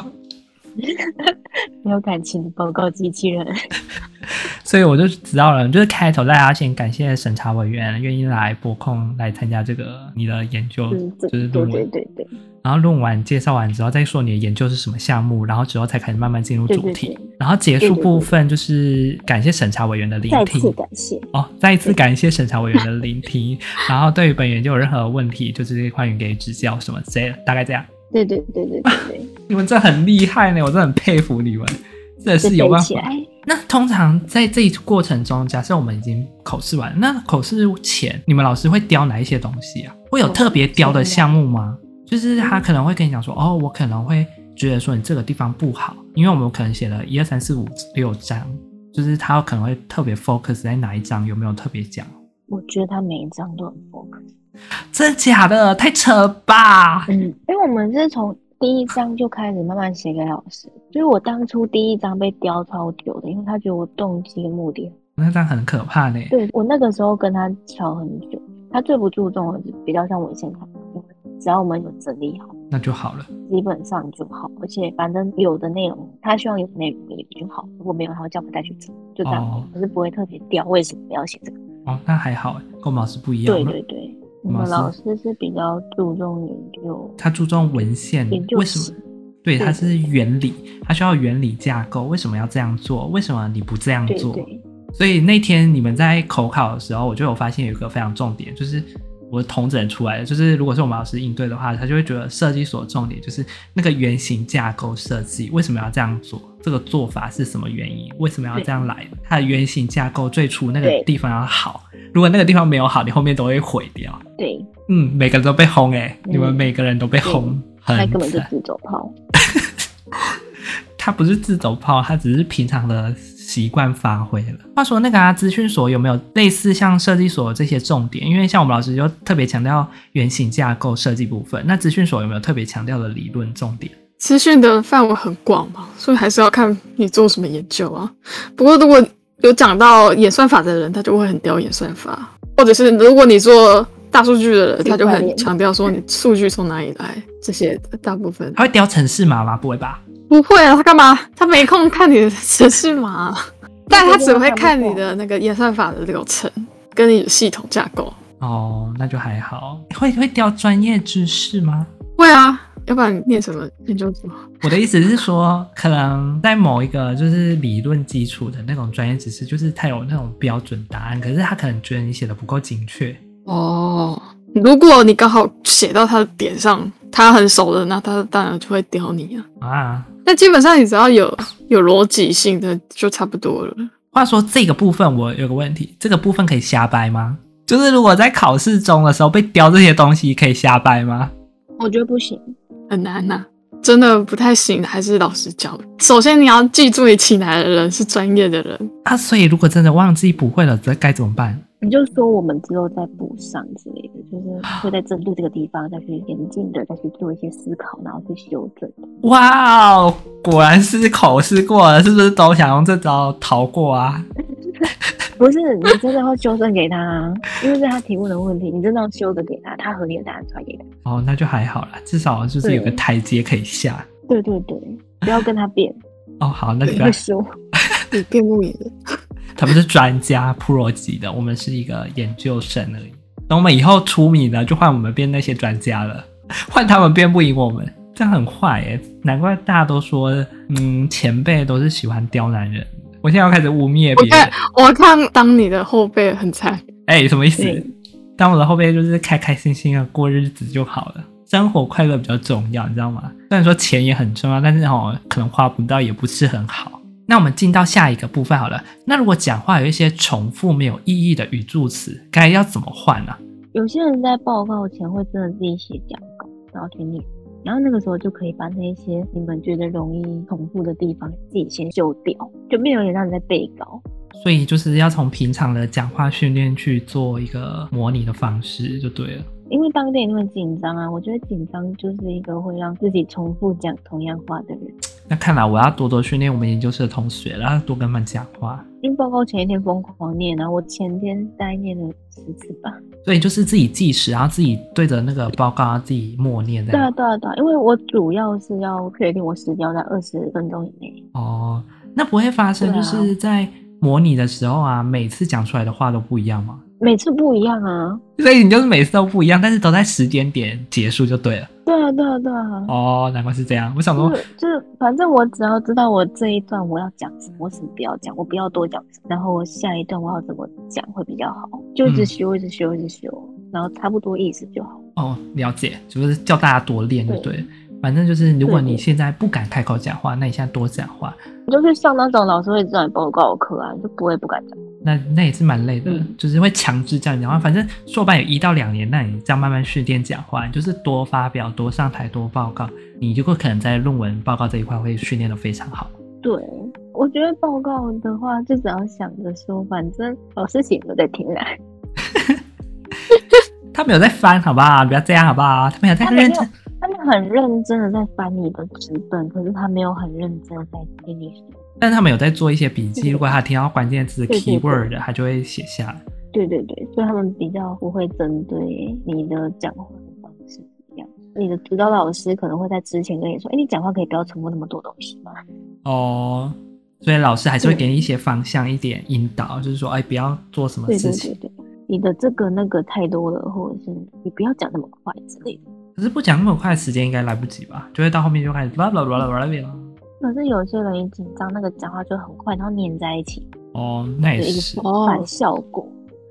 Speaker 2: 没有感情的报告机器人。
Speaker 1: 所以我就知道了，就是开头大家先感谢审查委员愿意来拨空来参加这个你的研究，
Speaker 2: 嗯，对
Speaker 1: 哦就是
Speaker 2: 对
Speaker 1: 论
Speaker 2: 对
Speaker 1: 文，
Speaker 2: 对对
Speaker 1: 然后论完介绍完之后再说你的研究是什么项目，然后之后才开始慢慢进入
Speaker 2: 对
Speaker 1: 主
Speaker 2: 对
Speaker 1: 题
Speaker 2: 对，，
Speaker 1: 然后结
Speaker 2: 对
Speaker 1: 束
Speaker 2: 对对
Speaker 1: 部分就是感谢审查委员的聆
Speaker 2: 再次
Speaker 1: 听。
Speaker 2: 感谢。
Speaker 1: 哦，再一次感谢审查委员的 聆听，然后对于本研究有任何问题，就是欢迎给指教什么之类的，大概这样。
Speaker 2: 对对对对对 对，
Speaker 1: 你们这很厉害呢，我真的很佩服你们，真的
Speaker 2: 就是
Speaker 1: 有
Speaker 2: 背
Speaker 1: 办
Speaker 2: 起
Speaker 1: 法。
Speaker 2: 来。
Speaker 1: 那通常在这一过程中，假设我们已经口试完，那口试前你们老师会雕哪一些东西啊？会有特别雕的项目吗？就是他可能会跟你讲说，哦，我可能会觉得说你这个地方不好，因为我们可能写了一二三四五六章，就是他可能会特别 focus 在哪一章，有没有特别讲？
Speaker 2: 我觉得他每一张都很啊 focus。
Speaker 1: 真的假的？太扯了吧！
Speaker 2: 嗯，因为我们是从第一章就开始慢慢写给老师，就是我当初第一章被雕超久的，因为他觉得我动机跟目的很
Speaker 1: 那张很可怕呢。
Speaker 2: 对我那个时候跟他吵很久，他最不注重的是比较像文献看法，只要我们有整理好，
Speaker 1: 那就好了。
Speaker 2: 基本上就好。而且反正有的内容，他希望有的内容也就好，如果没有，他会叫我们再去整，就这样。
Speaker 1: 哦
Speaker 2: 可是不会特别调为什么要写这个。
Speaker 1: 哦，那还好，跟我们老师不一样。
Speaker 2: 对对对，我
Speaker 1: 老
Speaker 2: 们
Speaker 1: 师
Speaker 2: 老师是比较注重研究，
Speaker 1: 他注重文献
Speaker 2: 研，究
Speaker 1: 为什么
Speaker 2: 型？
Speaker 1: 对，
Speaker 2: 对
Speaker 1: 他是原理，他需要原理架构。为什么要这样做？为什么你不这样
Speaker 2: 对
Speaker 1: 做？
Speaker 2: 对
Speaker 1: 所以那天你们在口考的时候，我就有发现有一个非常重点，就是我同整出来的，就是如果是我们老师应对的话，他就会觉得设计所重点就是那个原型架构设计，为什么要这样做？这个做法是什么原因？为什么要
Speaker 2: 对
Speaker 1: 这样来？它的原型架构最初那个
Speaker 2: 对
Speaker 1: 地方要好，如果那个地方没有好，你后面都会毁掉。
Speaker 2: 对，
Speaker 1: 嗯，每个人都被轰哎、
Speaker 2: 嗯
Speaker 1: 你们每个人都被轰，很
Speaker 2: 他根本就
Speaker 1: 惨
Speaker 2: 自走炮。
Speaker 1: 他不是自走炮，他只是平常的习惯发挥了。话说那个啊，资讯所有没有类似像设计所这些重点？因为像我们老师就特别强调原型架构设计部分，那资讯所有没有特别强调的理论重点？
Speaker 3: 资讯的范围很广嘛，所以还是要看你做什么研究啊。不过如果有讲到演算法的人，他就会很刁演算法，或者是如果你做大数据的人，他就会很强调说你数据从哪里来这些的。大部分
Speaker 1: 他会雕城市码吗？不会吧？
Speaker 3: 不会啊，他干嘛？他没空看你的程式 码，但他只会看你的那个演算法的流程跟你的系统架构。
Speaker 1: 哦，那就还好。会会雕专业知识吗？
Speaker 3: 会啊，要不然你念什么研究什么？
Speaker 1: 我的意思是说，可能在某一个就是理论基础的那种专业知识，就是它有那种标准答案，可是他可能觉得你写的不够精确。
Speaker 3: 哦，如果你刚好写到他的点上，他很熟的，那他当然就会刁你啊。
Speaker 1: 啊。
Speaker 3: 那基本上你只要有有逻辑性的，就差不多了。
Speaker 1: 话说这个部分，我有个问题，这个部分可以瞎掰吗？就是如果在考试中的时候被雕这些东西，可以瞎掰吗？
Speaker 2: 我觉得不行，
Speaker 3: 很难呐、真的不太行，还是老师教。首先你要记住你请来的人是专业的人，
Speaker 1: 啊，所以如果真的忘记不会了，这该怎么办？
Speaker 2: 你就说我们之后再补上之类的， 就是会在针对这个地方再去严进的再去做一些思考，然后去修正。
Speaker 1: 哇哦，果然是口试过了，是不是都想用这招逃过啊？
Speaker 2: 不是你真的要修正给他、啊，因为是他提问的问题，你真的要修正给他，他合理的答案传给他。
Speaker 1: 哦，那就还好啦，至少就是有个
Speaker 2: 对
Speaker 1: 台阶可以下。
Speaker 2: 对对对，不要跟他辩，
Speaker 1: 哦，好，那就
Speaker 3: 对
Speaker 1: 不要
Speaker 2: 会输。
Speaker 3: 你辩不赢。
Speaker 1: 他们是专家 pro 级的，我们是一个研究生而已。等我们以后出名了，就换我们变那些专家了，换他们变不赢我们，这样很坏耶、难怪大家都说，嗯，前辈都是喜欢刁难人。我现在要开始污蔑
Speaker 3: 我
Speaker 1: 别人
Speaker 3: 看，我看当你的后辈很惨，
Speaker 1: 哎、什么意思
Speaker 2: 对？
Speaker 1: 当我的后辈就是开开心心的过日子就好了，生活快乐比较重要，你知道吗？虽然说钱也很重要，但是哦，可能花不到也不是很好。那我们进到下一个部分好了。那如果讲话有一些重复没有意义的语助词，该要怎么换啊呢、
Speaker 2: 有些人在报告前会真的自己写讲稿，然后去念，然后那个时候就可以把那些你们觉得容易重复的地方自己先修掉，就没有人让你在背稿。
Speaker 1: 所以就是要从平常的讲话训练去做一个模拟的方式就对了。
Speaker 2: 因为当天你会紧张啊，我觉得紧张就是一个会让自己重复讲同样话的人。
Speaker 1: 那看来我要多多训练我们研究室的同学，然后多跟他们讲话。
Speaker 2: 因为报告前一天疯狂念啊，我前天大概念了十次吧。
Speaker 1: 所以就是自己计时，然后自己对着那个报告，然后自己默念这
Speaker 2: 对
Speaker 1: 样
Speaker 2: 啊，。对啊，对啊，因为我主要是要确定我时间要在二十分钟以内。
Speaker 1: 哦，那不会发生
Speaker 2: 对
Speaker 1: 就
Speaker 2: 啊
Speaker 1: 是在模拟的时候啊，每次讲出来的话都不一样吗？
Speaker 2: 每次不一样啊。
Speaker 1: 所以你就是每次都不一样，但是都在时间点结束就对了。
Speaker 2: 对啊，对啊，对啊。
Speaker 1: 哦，难怪是这样。我想
Speaker 2: 就
Speaker 1: 说，
Speaker 2: 是就是，反正我只要知道我这一段我要讲什么，我什么不要讲，我不要多讲什么，然后我下一段我要怎么讲会比较好，就一直
Speaker 1: 嗯
Speaker 2: 修，一直修，一直修，然后差不多意思就好。
Speaker 1: 哦，了解，就是叫大家多练就对了。反正就是，如果
Speaker 2: 对
Speaker 1: 你现在不敢开口讲话，那你现在多讲话，
Speaker 2: 你就去上那种老师会叫你报告的课啊，你就不会不敢讲。
Speaker 1: 那那也是蛮累的，
Speaker 2: 嗯
Speaker 1: 就是会强制这样讲话。反正硕班有一到两年，那你这样慢慢训练讲话，你就是多发表、多上台、多报告，你就会可能在论文报告这一块会训练的非常好。
Speaker 2: 对，我觉得报告的话，就只要想着说，反正老师写都在听啊啦。
Speaker 1: 他们有在翻，好不好？不要这样，好不好？他们有在
Speaker 2: 他没有
Speaker 1: 认真。
Speaker 2: 他们很认真的在翻你的纸本，可是他没有很认真地在听你说。
Speaker 1: 但是他们有在做一些笔记，
Speaker 2: 对
Speaker 1: 如果他听到关键字
Speaker 2: 对对对
Speaker 1: keyword，他就会写下来。
Speaker 2: 对对对，所以他们比较不会针对你的讲话的方式一样。你的指导老师可能会在之前跟你说：“哎，你讲话可以不要重复那么多东西吗
Speaker 1: 哦，所以老师还是会给你一些方向、一点引导，就是说，哎，不要做什？”么
Speaker 2: 对
Speaker 1: 事
Speaker 2: 对
Speaker 1: 情
Speaker 2: 对。对，你的这个那个太多了，或者是你不要讲那么快之类的。
Speaker 1: 可是不讲那么快，时间应该来不及吧？就会到后面就开始 blah blah blah blah blah blah。
Speaker 2: 可是有些人一紧张，那个讲话就很快，然后黏在一起，
Speaker 1: 哦，那也
Speaker 2: 有一
Speaker 1: 是
Speaker 2: 个。
Speaker 3: 哦
Speaker 2: 反效果。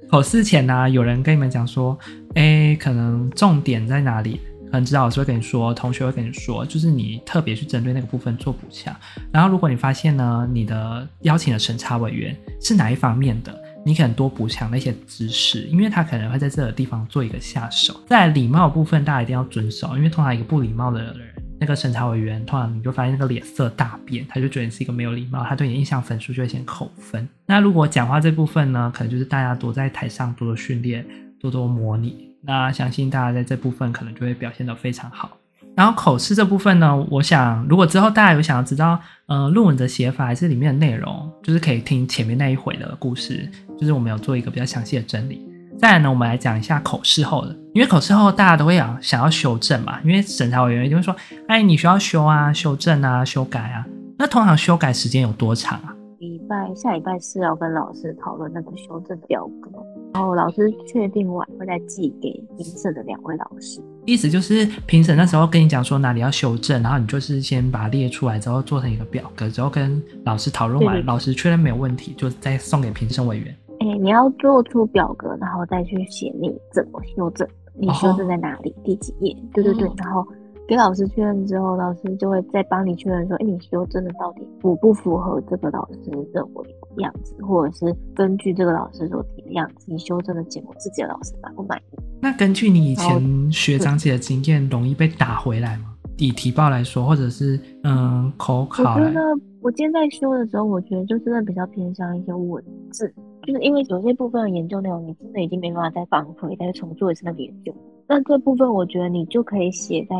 Speaker 1: 考试前呢、有人跟你们讲说，哎，可能重点在哪里？可能指导老师会跟你说，同学会跟你说，就是你特别去针对那个部分做补强。然后，如果你发现呢，你的邀请的审查委员是哪一方面的，你可能多补强那些知识，因为他可能会在这个地方做一个下手。在礼貌的部分，大家一定要遵守，因为通常一个不礼貌的人，那个审查委员通常你就发现那个脸色大变，他就觉得你是一个没有礼貌，他对你的印象分数就会先扣分。那如果讲话这部分呢，可能就是大家多在台上多多训练，多多模拟，那相信大家在这部分可能就会表现得非常好。然后口试这部分呢，我想如果之后大家有想要知道，呃，论文的写法还是里面的内容，就是可以听前面那一回的故事，就是我们有做一个比较详细的整理。再来呢，我们来讲一下口试后的，因为口试后大家都会想想要修正嘛，因为审查委员一定会说，哎，你需要修啊、修正啊、修改啊。那通常修改时间有多长啊？
Speaker 2: 礼拜下礼拜四要跟老师讨论那个修正表格，然后老师确定完会再寄给评审的两位老师。
Speaker 1: 意思就是评审那时候跟你讲说哪里要修正，然后你就是先把它列出来，之后做成一个表格，之后跟老师讨论完，
Speaker 2: 对对
Speaker 1: 老师确认没有问题，就再送给评审委员。
Speaker 2: 哎、你要做出表格，然后再去写你怎么修正，你修正在哪里，第几页，对对对，
Speaker 3: 嗯
Speaker 2: 然后给老师确认之后，老师就会再帮你确认说，哎、你修正的到底符不符合这个老师认为的样子，或者是根据这个老师所提的样子，你修正的结果自己的老师满不满意？
Speaker 1: 那根据你以
Speaker 2: 然后
Speaker 1: 前学长姐的经验，容易被打回来吗？以提报来说，或者是嗯口
Speaker 2: 我
Speaker 1: 考
Speaker 2: 觉
Speaker 1: 来，
Speaker 2: 得我今天在修的时候，我觉得就真的比较偏向一些文字，就是因为有些部分的研究内容，你真的已经没办法再返回、再重做一次那个研究。那这部分我觉得你就可以写在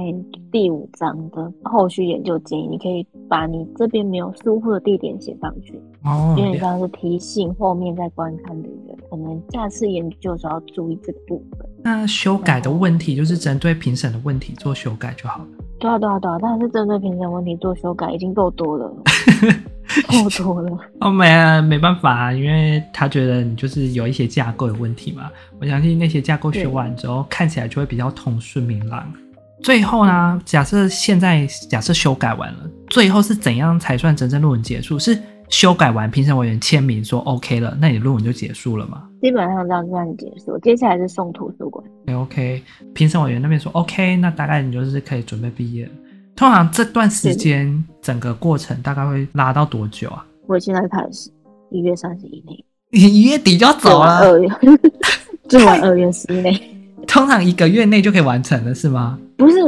Speaker 2: 第五章的后续研究建议，你可以把你这边没有疏忽的地点写上去，
Speaker 1: 哦
Speaker 2: 有，点
Speaker 1: 了
Speaker 2: 像是提醒后面在观看的人，可能下次研究的时候要注意这个部分。
Speaker 1: 那修改的问题就是针对评审的问题做修改就好了。
Speaker 2: 对啊，对啊，对啊，但是针对评审问题做修改已经够多了，够多了。
Speaker 1: 哦，没啊没办法、啊，因为他觉得你就是有一些架构有问题嘛。我相信那些架构学完之后，看起来就会比较通顺明朗。最后呢，假设现在假设修改完了，最后是怎样才算真正论文结束？是修改完评审委员签名说 OK 了，那你的论文就结束了吗？
Speaker 2: 基本上这样就算结束。接下来是送图书馆，
Speaker 1: OK，OK，评哎审委员那边说 OK，那大概你就是可以准备毕业了。通常这段时间整个过程大概会拉到多久啊？
Speaker 2: 我现在开始一月三十一内，
Speaker 1: 你一月底就要
Speaker 2: 做
Speaker 1: 走啊
Speaker 2: 完
Speaker 1: 了，
Speaker 2: 二月，做完二月十一内。
Speaker 1: 通常一个月内就可以完成了，是吗？
Speaker 2: 不是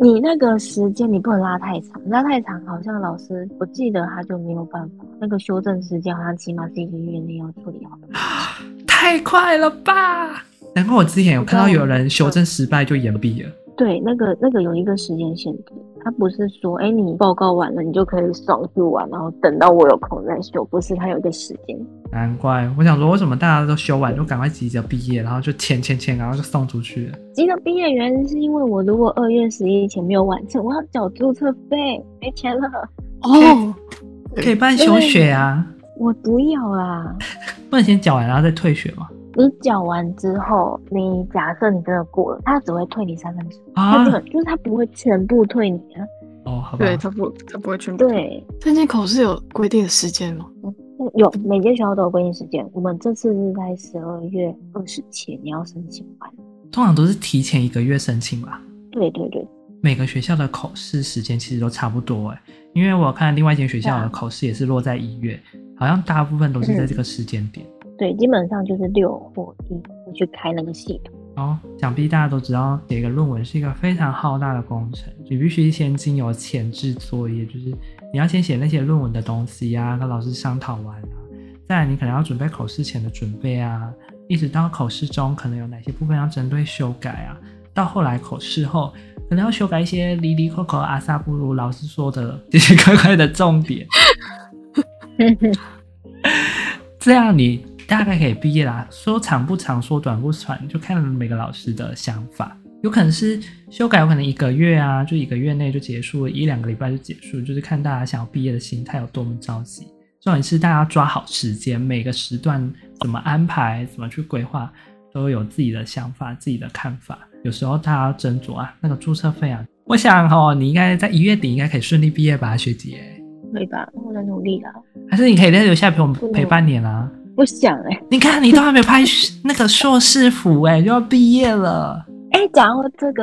Speaker 2: 你那个时间，你不能拉太长，拉太长好像老师，我记得他就没有办法。那个修正时间好像起码是一个月内要处理好。
Speaker 1: 太快了吧！难怪我之前有看到有人修正失败就延毕了。
Speaker 2: 对，那个那个有一个时间限制，他不是说，哎，你报告完了，你就可以送去完，然后等到我有空再修，不是，他有一个时间。
Speaker 1: 难怪我想说，为什么大家都修完就赶快急着毕业，然后就签签签，然后就送出去了？
Speaker 2: 急着毕业原因是因为我如果二月十一前没有完成，我要缴注册费，没钱了，
Speaker 3: 哦，
Speaker 1: 可以办休学啊，
Speaker 2: 我不要啦。
Speaker 1: 不能先缴完然后再退学吗？
Speaker 2: 你缴完之后，你假设你真的过了，他只会退你三分之一，他
Speaker 1: 啊
Speaker 2: 基，本就是他不会全部退你啊。
Speaker 1: 哦，好吧，
Speaker 3: 对他不他不会全部。
Speaker 2: 对，
Speaker 3: 最近考试有规定的时间吗？
Speaker 2: 嗯有每间学校都有规定时间，我们这次是在十二月二十前你要申请完。
Speaker 1: 通常都是提前一个月申请吧。
Speaker 2: 对对对，
Speaker 1: 每个学校的口试时间其实都差不多哎、因为我看另外一间学校的
Speaker 2: 对啊
Speaker 1: 口试也是落在一月，好像大部分都是在这个时间点。
Speaker 2: 对，基本上就是六或一会去开那个系统。
Speaker 1: 哦，想必大家都知道，写一个论文是一个非常浩大的工程，你必须先经由前置作业，就是你要先写那些论文的东西啊，跟老师商讨完啊，再来你可能要准备口试前的准备啊，一直到口试中可能有哪些部分要针对修改啊，到后来口试后可能要修改一些离离扣扣阿萨布鲁老师说的奇奇 怪怪的重点，这样你大概可以毕业啦。说长不长，说短不短，就看每个老师的想法。有可能是修改，有可能一个月啊，就一个月内就结束了，一两个礼拜就结束，就是看大家想要毕业的心态有多么着急。重点是大家抓好时间，每个时段怎么安排，怎么去规划，都有自己的想法、自己的看法。有时候大家要斟酌啊，那个注册费啊，我想哦，你应该在一月底应该可以顺利毕业吧，学姐？
Speaker 2: 对吧？我在努力啦，
Speaker 1: 还是你可以再留下陪我
Speaker 2: 不
Speaker 1: 们
Speaker 2: 能
Speaker 1: 陪半年啊？
Speaker 2: 不想哎、
Speaker 1: 你看，你都还没拍那个硕士服哎、就要毕业了。
Speaker 2: 哎、讲到这个，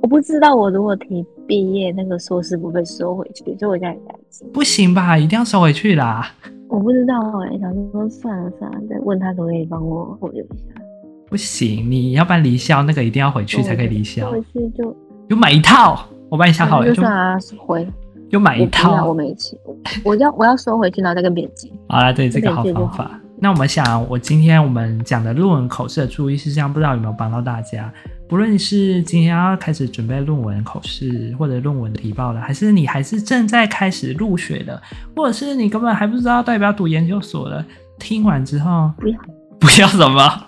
Speaker 2: 我不知道我如果提毕业那个硕士不被收回去，所以我现在很担心。
Speaker 1: 不行吧，一定要收回去啦！
Speaker 2: 我不知道哎、想说算了算了，再问他可不可以帮我保留一下。
Speaker 1: 不行，你要不然离校那个一定要回去才可以离校
Speaker 2: 或，者是就
Speaker 1: 就买一套，我帮你想好了，
Speaker 2: 哦就
Speaker 1: 就
Speaker 2: 算啊，回
Speaker 1: 就买一
Speaker 2: 我不要，我
Speaker 1: 套。
Speaker 2: 没钱，我我要我要收回去，然后再跟别人借。
Speaker 1: 好啦，对，这个好
Speaker 2: 这个
Speaker 1: 方
Speaker 2: 就好
Speaker 1: 法。那我们想，我今天我们讲的论文口试的注意事项，不知道有没有帮到大家？不论是今天要开始准备论文口试或者论文提报了，还是你还是正在开始入学的，或者是你根本还不知道代表读研究所了，听完之后
Speaker 2: 不要
Speaker 1: 不要什么？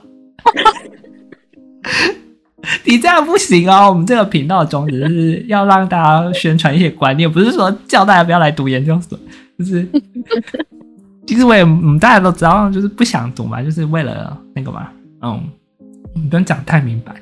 Speaker 1: 你这样不行哦！我们这个频道的宗旨是要让大家宣传一些观念，不是说叫大家不要来读研究所，就是其实我也嗯，大家都知道，就是不想读嘛，就是为了那个嘛，嗯，不用讲太明白。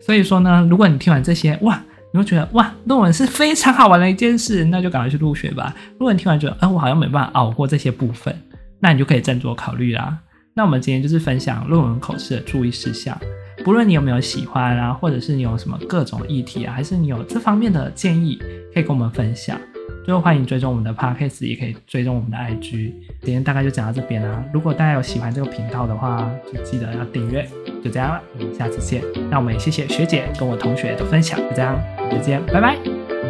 Speaker 1: 所以说呢，如果你听完这些，哇，你会觉得哇，论文是非常好玩的一件事，那就赶快去入学吧。如果你听完觉得，哎、我好像没办法熬过这些部分，那你就可以斟酌考虑啦。那我们今天就是分享论文口试的注意事项，不论你有没有喜欢啊，或者是你有什么各种议题啊，还是你有这方面的建议，可以跟我们分享。最后欢迎追踪我们的 podcast，也可以追踪我们的 IG。今天大概就讲到这边啦、如果大家有喜欢这个频道的话，就记得要订阅。就这样了，我们下次见。那我们也谢谢学姐跟我同学的分享，就这样，再见，拜拜。